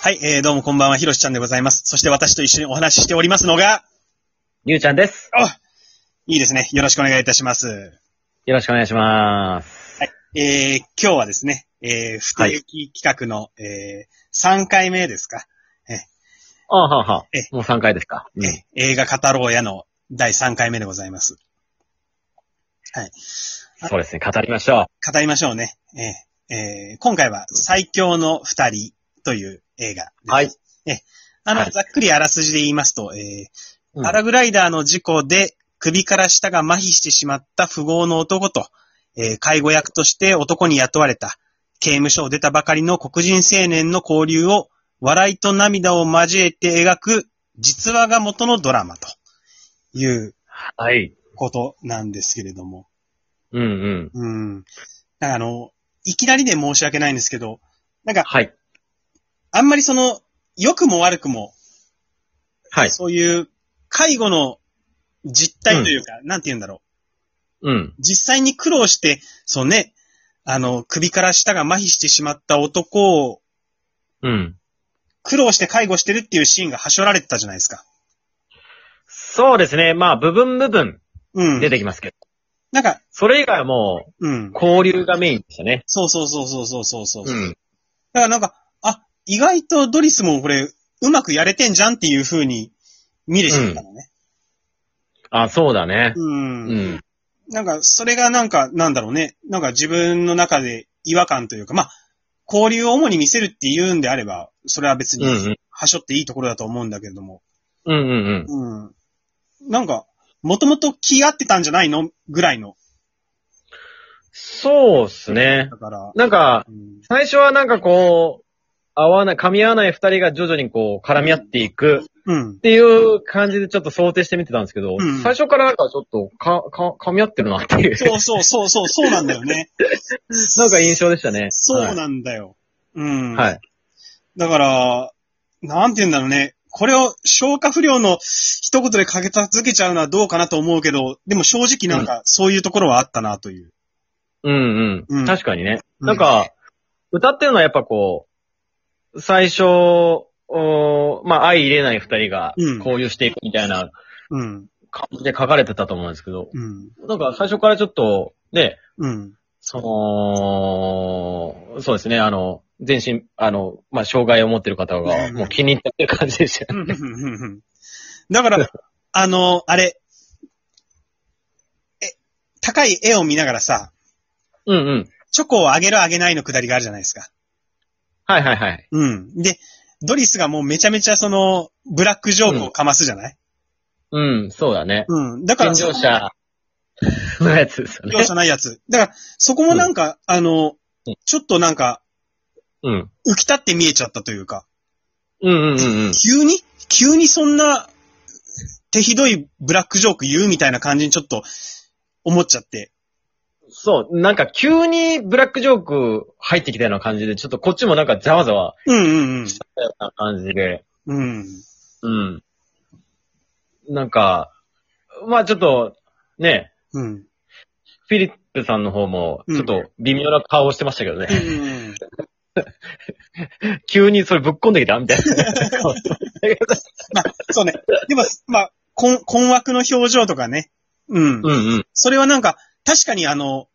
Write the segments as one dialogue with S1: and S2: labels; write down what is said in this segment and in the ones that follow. S1: はい、えー、どうもこんばんは、ひろしちゃんでございます。そして私と一緒にお話ししておりますのが、
S2: りゅうちゃんです。
S1: いいですね。よろしくお願いいたします。
S2: よろしくお願いします。
S1: えー、今日はですね、えー、不定期企画の、えー、3回目ですか、
S2: あはあはあ
S1: ええ
S2: もう3回ですか。うん
S1: えー映画語ろうやの第3回目でございます。
S2: そうですね、語りましょ
S1: 語りましょうね。えーえー今回は最強の二人という映画です。
S2: はい。
S1: えあの、
S2: はい
S1: ざっくりあらすじで言いますと、えー
S2: う。うん
S1: パラグライダーの事故で首から下が麻痺してしまった富豪の男と、えー介護役として男に雇われた刑務所を出たばかりの黒人青年の交流を笑いと涙を交えて描く実話が元のドラマという
S2: はい。
S1: ことなんですけれども。
S2: うんうん。
S1: うん。なんかあの、いきなりで申し訳ないんですけど、なんか、
S2: はい。
S1: あんまりその、良くも悪くも、
S2: はい。
S1: そういう、介護の実態というか、なんて言うんだろ
S2: うん
S1: う。。実際に苦労して、そうね、あの、首から下が麻痺してしまった男を、
S2: うん。
S1: 苦労して介護してるっていうシーンがはしょられてたじゃないですか。
S2: そうですね、まあ、部分部分
S1: うん。
S2: 出てきますけど、
S1: なんか、
S2: それ以外はも
S1: うん
S2: う、。交流がメインでしたね。
S1: そうそうそうそうそうそうそう。
S2: うん。
S1: だからなんか、あ、意外とドリスもこれ、うまくやれてんじゃんっていう風に見れちゃったのね。
S2: あ、そうだね。
S1: うん
S2: うん。
S1: なんか、それがなんか、なんだろうね。なんか自分の中で違和感というか、まあ、交流を主に見せるっていうんであれば、それは別
S2: うんう
S1: に、
S2: ん。
S1: はしょっていいところだと思うんだけれども。
S2: うんうんうん。
S1: うん。なんか、もともと気合ってたんじゃないのぐらいの。
S2: そうですね。
S1: だから、
S2: なんか、
S1: うん、
S2: 最初はなんかこう、合わない、噛み合わない二人が徐々にこう、絡み合っていく。
S1: うん
S2: っ。ていう感じでちょっと想定してみてたんですけど、
S1: うん
S2: 最初からなんかちょっとか、か、噛み合ってるなっていう、
S1: そうそうそうそう、そうなんだよね。
S2: なんか印象でしたね。
S1: そうなんだよ。うん。
S2: はい。はい。
S1: だから、なんて言うんだろうね。これを消化不良の一言で駆け続けちゃうのはどうかなと思うけど、でも正直なんかそういうところはあったなという。
S2: うんうん。
S1: うん
S2: 確かにね。
S1: うん
S2: なんか、歌ってるのはやっぱこう、最初、おーまあ、相入れない二人が
S1: うん
S2: 交流していくみたいな
S1: うん。
S2: 感じで書かれてたと思うんですけど、
S1: うん。
S2: なんか最初からちょっと、ね、
S1: うん。
S2: その、そうですね、あの、全身、あの、まあ、障害を持ってる方が、もう気に入っちゃってる感じでしたよね。
S1: だから、あの、あれ、え、高い絵を見ながらさ、
S2: うんうん。
S1: チョコをあげるあげないのくだりがあるじゃないですか。
S2: はいはいはい。
S1: うん。で、ドリスがもうめちゃめちゃその、ブラックジョークをかますじゃない、
S2: うん、そうだね。
S1: うん、だから、
S2: 健 常者のやつですよ
S1: 容
S2: ね。
S1: 赦ないやつ。だから、そこもなんか、あの
S2: うん、
S1: ちょっとなんか、
S2: うん。
S1: 浮き立って見えちゃったというか、
S2: うんうんうんうん。
S1: 急に急にそんな、手ひどいブラックジョーク言うみたいな感じにちょっと、思っちゃって。
S2: そう、なんか急にブラックジョーク入ってきたような感じで、ちょっとこっちもなんかざわざわ
S1: うんうん
S2: したような感じで、
S1: うん。うん。
S2: うん。なんか、まあちょっと、ね、
S1: うん。
S2: フィリップさんの方も、
S1: うん
S2: ちょっと微妙な顔をしてましたけどね。
S1: うん。
S2: 急にそれぶっ込んできたみた いな。
S1: そうね。でも、まあ、困困惑の表情とかね。うん。
S2: うんうん。
S1: それはなんか、確かにあの、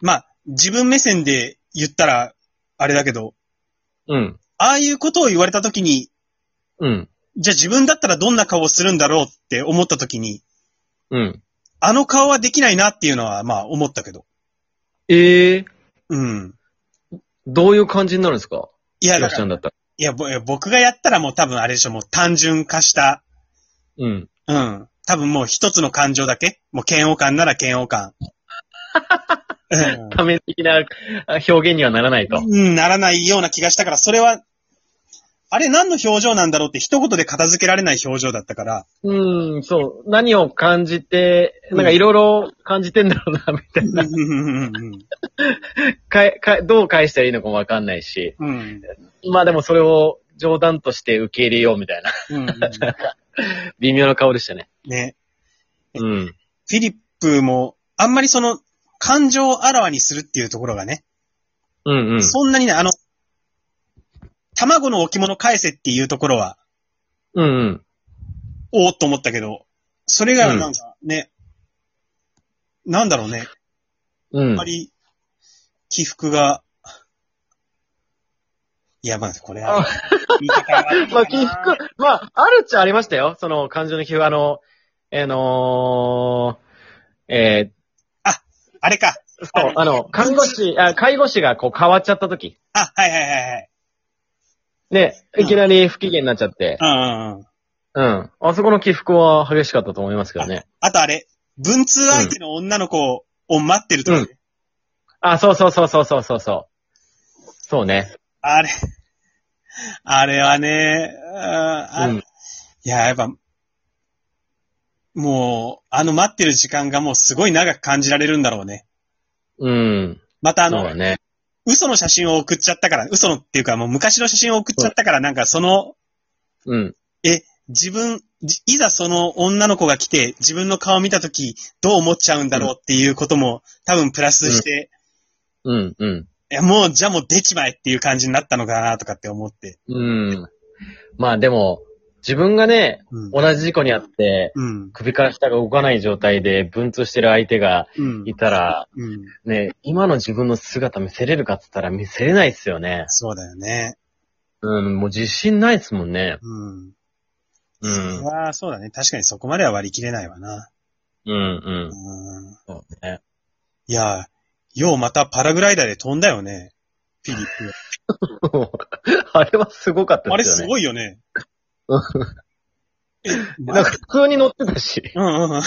S1: まあ、自分目線で言ったら、あれだけど、
S2: うん。
S1: ああいうことを言われたときに、
S2: うん。
S1: じゃあ自分だったらどんな顔をするんだろうって思ったときに、
S2: うん。
S1: あの顔はできないなっていうのは、まあ、思ったけど。
S2: ええー、
S1: うん。
S2: どういう感じになるんですか
S1: いや、
S2: い
S1: だ
S2: らっ
S1: か
S2: しゃ
S1: ら
S2: るんだったら。
S1: いや、ぼいや僕がやったらもう多分あれでしょ、もう単純化した、
S2: うん。
S1: うん。多分もう一つの感情だけ。もう嫌悪感なら嫌悪感。 うん
S2: 多面的なあ表現にはならないと。
S1: うん、ならないような気がしたから、それは、あれ何の表情なんだろうって一言で片付けられない表情だったから、
S2: うん、そう。何を感じて、なんかいろいろ感じてんだろうな、みたいな。かえかえどう返したらいいのかもわかんないし。
S1: うん、
S2: まあでもそれを冗談として受け入れようみたいな。
S1: うん、
S2: 微妙な顔でしたね。
S1: ね。
S2: うん。
S1: フィリップも、あんまりその、感情をあらわにするっていうところがね、
S2: うんうん。
S1: そんなにね、あの、卵の置物返せっていうところは、
S2: うんうん。
S1: おおっと思ったけど、それ以外はなんかね、なんだろうね、
S2: う
S1: あん
S2: ん
S1: ま。り、起伏が、いや、まずこれ
S2: あ
S1: は、言い方がある
S2: ま
S1: の
S2: あ、
S1: かな
S2: 起伏、まあ、あるっちゃありましたよ。その、感情の起伏、あの、えーのー、え
S1: あれか。
S2: ー、そう、あの、看護師、あ介護士がこう変わっちゃった時。
S1: あ、はいはいはいはい。
S2: ね、いきなり不機嫌になっちゃって
S1: う。んうんうん。
S2: うん。あそこの起伏は激しかったと思いますけどね。
S1: あとあれ、文通相手の女の子を待ってるとかね、
S2: あ、そうそうそうそうそうそうそう。そうね。
S1: あれ、あれはね、あーあ
S2: うん
S1: いや、やっぱ、もう、あの待ってる時間がもうすごい長く感じられるんだろうね。
S2: うん。
S1: またあ
S2: そう
S1: の、
S2: だね。
S1: 嘘の写真を送っちゃったから、嘘のっていうかもう昔の写真を送っちゃったから、なんかその、
S2: うん。
S1: 自分、じいざその女の子が来て自分の顔見たときどう思っちゃうんだろうっていうことも多分プラスして、
S2: うん。うん。
S1: いやもうじゃあもう出ちまえっていう感じになったのかなとかって思って。
S2: うん。まあでも、自分がね、
S1: うん。
S2: 同じ事故にあって、
S1: うん。
S2: 首から下が動かない状態で文通してる相手が
S1: うん
S2: い。たら、
S1: うん。
S2: ね、今の自分の姿見せれるかって言ったら見せれないっすよね。
S1: そうだよね。
S2: うん、もう自信ないっすもんね。
S1: うん。
S2: う。
S1: うんわあ、そうだね。確かにそこまでは割り切れないわな。
S2: うん、うん。
S1: うん。
S2: そうね。
S1: いやー、ようまたパラグライダーで飛んだよね。フィリッ
S2: あれはすごかった
S1: プ。あ
S2: で
S1: れ
S2: すよね。
S1: すごいよね。
S2: うん
S1: え、
S2: なんか普通に乗ってたし。
S1: うんうんうん。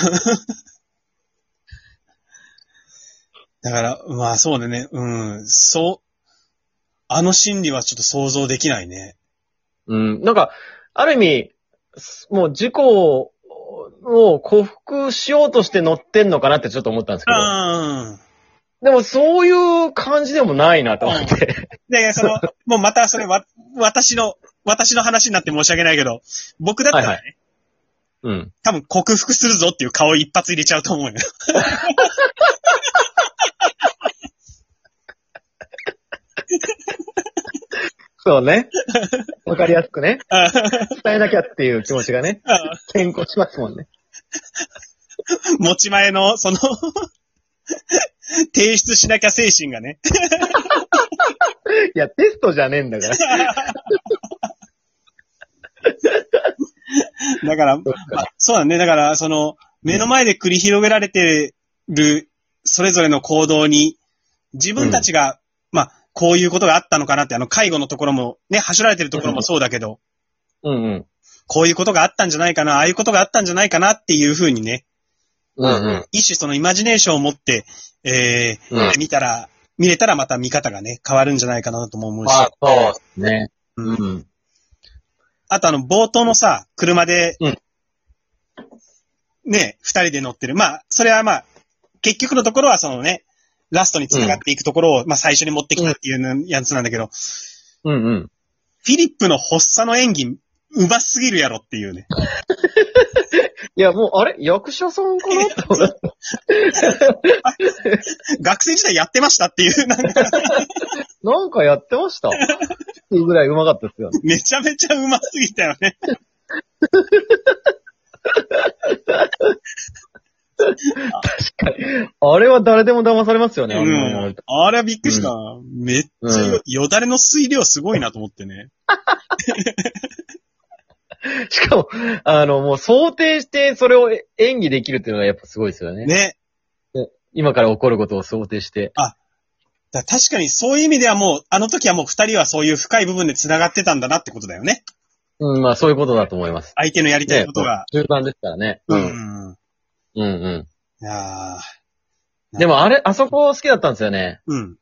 S1: だから、まあそうだね。うん。そう。あの心理はちょっと想像できないね。
S2: うん。なんか、ある意味、すもう事故を克服しようとして乗ってんのかなってちょっと思ったんですけど。
S1: うん。
S2: でもそういう感じでもないなと思って。
S1: で、 その、もうまたそれわ、私の、私の話になって申し訳ないけど、僕だったらね、
S2: はいうん。
S1: 多分克服するぞっていう顔一発入れちゃうと思うよ。
S2: そうね。わかりやすくね。
S1: うん
S2: 伝えなきゃっていう気持ちがね、先行しますもんね。
S1: 持ち前の、その、提出しなきゃ精神がね。
S2: いや、テストじゃねえんだから。
S1: だから、
S2: そっか
S1: そうだね。だから、その、目の前で繰り広げられてる、それぞれの行動に、自分たちが、まあ、こういうことがあったのかなって、あの、介護のところも、ね、走られてるところもそうだけど、
S2: うんうん。
S1: こういうことがあったんじゃないかな、ああいうことがあったんじゃないかなっていうふうにね、
S2: うんうん。
S1: 一種そのイマジネーションを持って、えー
S2: うん
S1: 見たら、見れたらまた見方がね、変わるんじゃないかなとも思うし。
S2: まあ、そうですね。
S1: う
S2: うんん。
S1: あとあの、冒頭のさ、車で、
S2: うん
S1: ね、二人で乗ってる。まあ、それはまあ、結局のところはそのね、ラストに繋がっていくところを、まあ最初に持ってきたっていうやつなんだけど、
S2: うんうん。
S1: フィリップの発作の演技、うますぎるやろっていうね。
S2: いや、もう、あれ役者さんかなって思って
S1: 学生時代やってましたっていう、なんか、
S2: なんかやってましたっていうぐらいうまかったですよね。
S1: めちゃめちゃうますぎたよね。
S2: あれは誰でも騙されますよね。あんなの
S1: うん。あれはびっくりした。めっちゃよ、
S2: うん
S1: よだれの水量すごいなと思ってね。
S2: しかも、あの、もう想定してそれを演技できるっていうのがやっぱすごいですよね。
S1: ね。
S2: 今から起こることを想定して。
S1: だから確かにそういう意味ではもう、あの時はもう二人はそういう深い部分で繋がってたんだなってことだよね。
S2: うん、まあそういうことだと思います。
S1: 相手のやりたいことが。
S2: ね中盤ですからね。
S1: う
S2: うん
S1: ん。
S2: う
S1: いやー
S2: ん。でもあれ、あそこ好きだったんですよね。
S1: うん。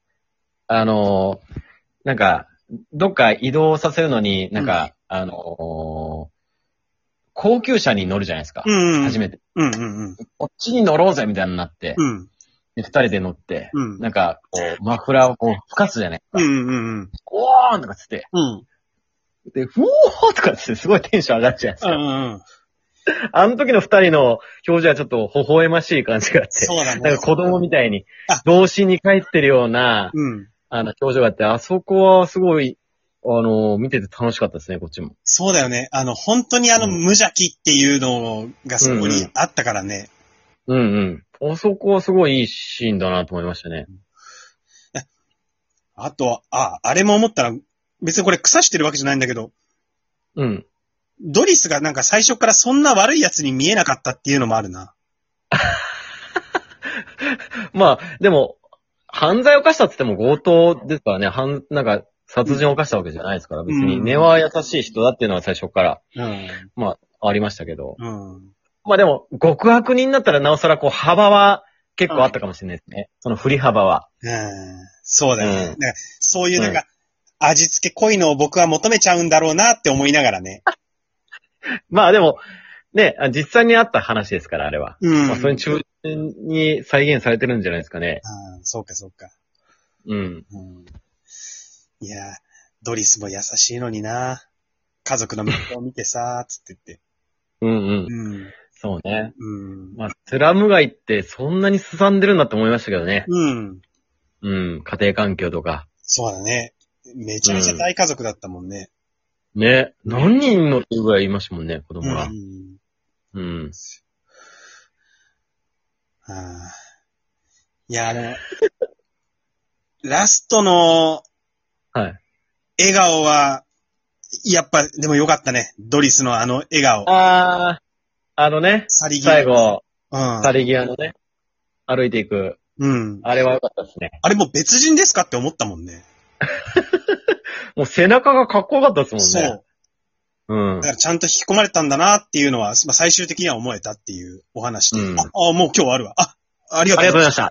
S2: あのー、なんか、どっか移動させるのに、なんか、あのー、高級車に乗るじゃないですか。
S1: うん。
S2: 初
S1: め。
S2: めて。
S1: うんうん
S2: こっちに乗ろうぜみたいになって、
S1: うん。うん。
S2: で二人で乗って、
S1: うん。
S2: なんか、こう、マフラーをこう、吹かすじゃないです
S1: う
S2: か。
S1: んうんうん。
S2: おーんとかつって、
S1: うん。
S2: で、ふおーとかつってすごいテンション上がっちゃう
S1: うんうんうん。
S2: あの時の二人の表情はちょっと微笑ましい感じがあって、
S1: そうだ
S2: なん
S1: ね
S2: か。子供みたいに
S1: あ、
S2: 童心に帰ってるような、
S1: うん。
S2: あの表情があって、あそこはすごいあの、見てて楽しかったですね、こっちも。
S1: そうだよね。あの、本当にあの、
S2: うん
S1: 無邪気っていうのがそこ
S2: うんう
S1: に
S2: ん
S1: あったからね。
S2: うんうん。あそこはすごいいいシーンだなと思いましたね。
S1: あと、あ、あれも思ったら、別にこれ腐してるわけじゃないんだけど、
S2: うん。
S1: ドリスがなんか最初からそんな悪い奴に見えなかったっていうのもあるな。
S2: まあ、でも、犯罪を犯したって言っても強盗ですからね、犯、なんか、殺人を犯したわけじゃないですから、別に
S1: うん
S2: 根は優しい人だっていうのは最初から
S1: うん。
S2: ありましたけど。
S1: うん。
S2: まあでも、極悪人だったらなおさらこう幅は結構あったかもしれないですね。その振り幅は。
S1: うん。そうだよね。
S2: うん
S1: だからそういうなんか、味付け濃いのを僕は求めちゃうんだろうなって思いながらね。
S2: まあでも、ね、あ実際にあった話ですから、あれは。
S1: うん。
S2: まあそれに中心に再現されてるんじゃないですかね。
S1: あーそうかそうか。
S2: うん。
S1: うん。いやー、ドリスも優しいのにな。家族の面倒を見てさ、つって言って。
S2: うんうん。
S1: うん。
S2: そうね。
S1: うん。
S2: まあ、スラム街ってそんなにすさんでるんだって思いましたけどね。
S1: うん。
S2: うん。家庭環境とか。
S1: そうだね。めちゃめちゃ大家族だったもんね。
S2: ね。何人のぐらいいましたもんね、子供が。
S1: ん
S2: うん。
S1: ああ。いや、でも、ラストの
S2: はい。
S1: 笑顔は、やっぱ、でもよかったね。ドリスのあの笑顔。
S2: あー、あのね、
S1: さりげな
S2: 最。後、
S1: うん。
S2: 去り際のね、歩いていく。
S1: うん。
S2: あれは良かったですね。
S1: あれもう別人ですかって思ったもんね。
S2: もう背中がかっこよかったです
S1: そ
S2: もんね。
S1: う。
S2: う。
S1: だ
S2: ん
S1: か。らちゃんと引き込まれたんだなっていうのは、まあ、最終的には思えたっていうお話で。
S2: うん
S1: ああ、もう今日あるわ。あ、ありが
S2: あ
S1: と
S2: り
S1: う
S2: がとう
S1: ござい
S2: ござい
S1: ま
S2: ま
S1: し。
S2: したた。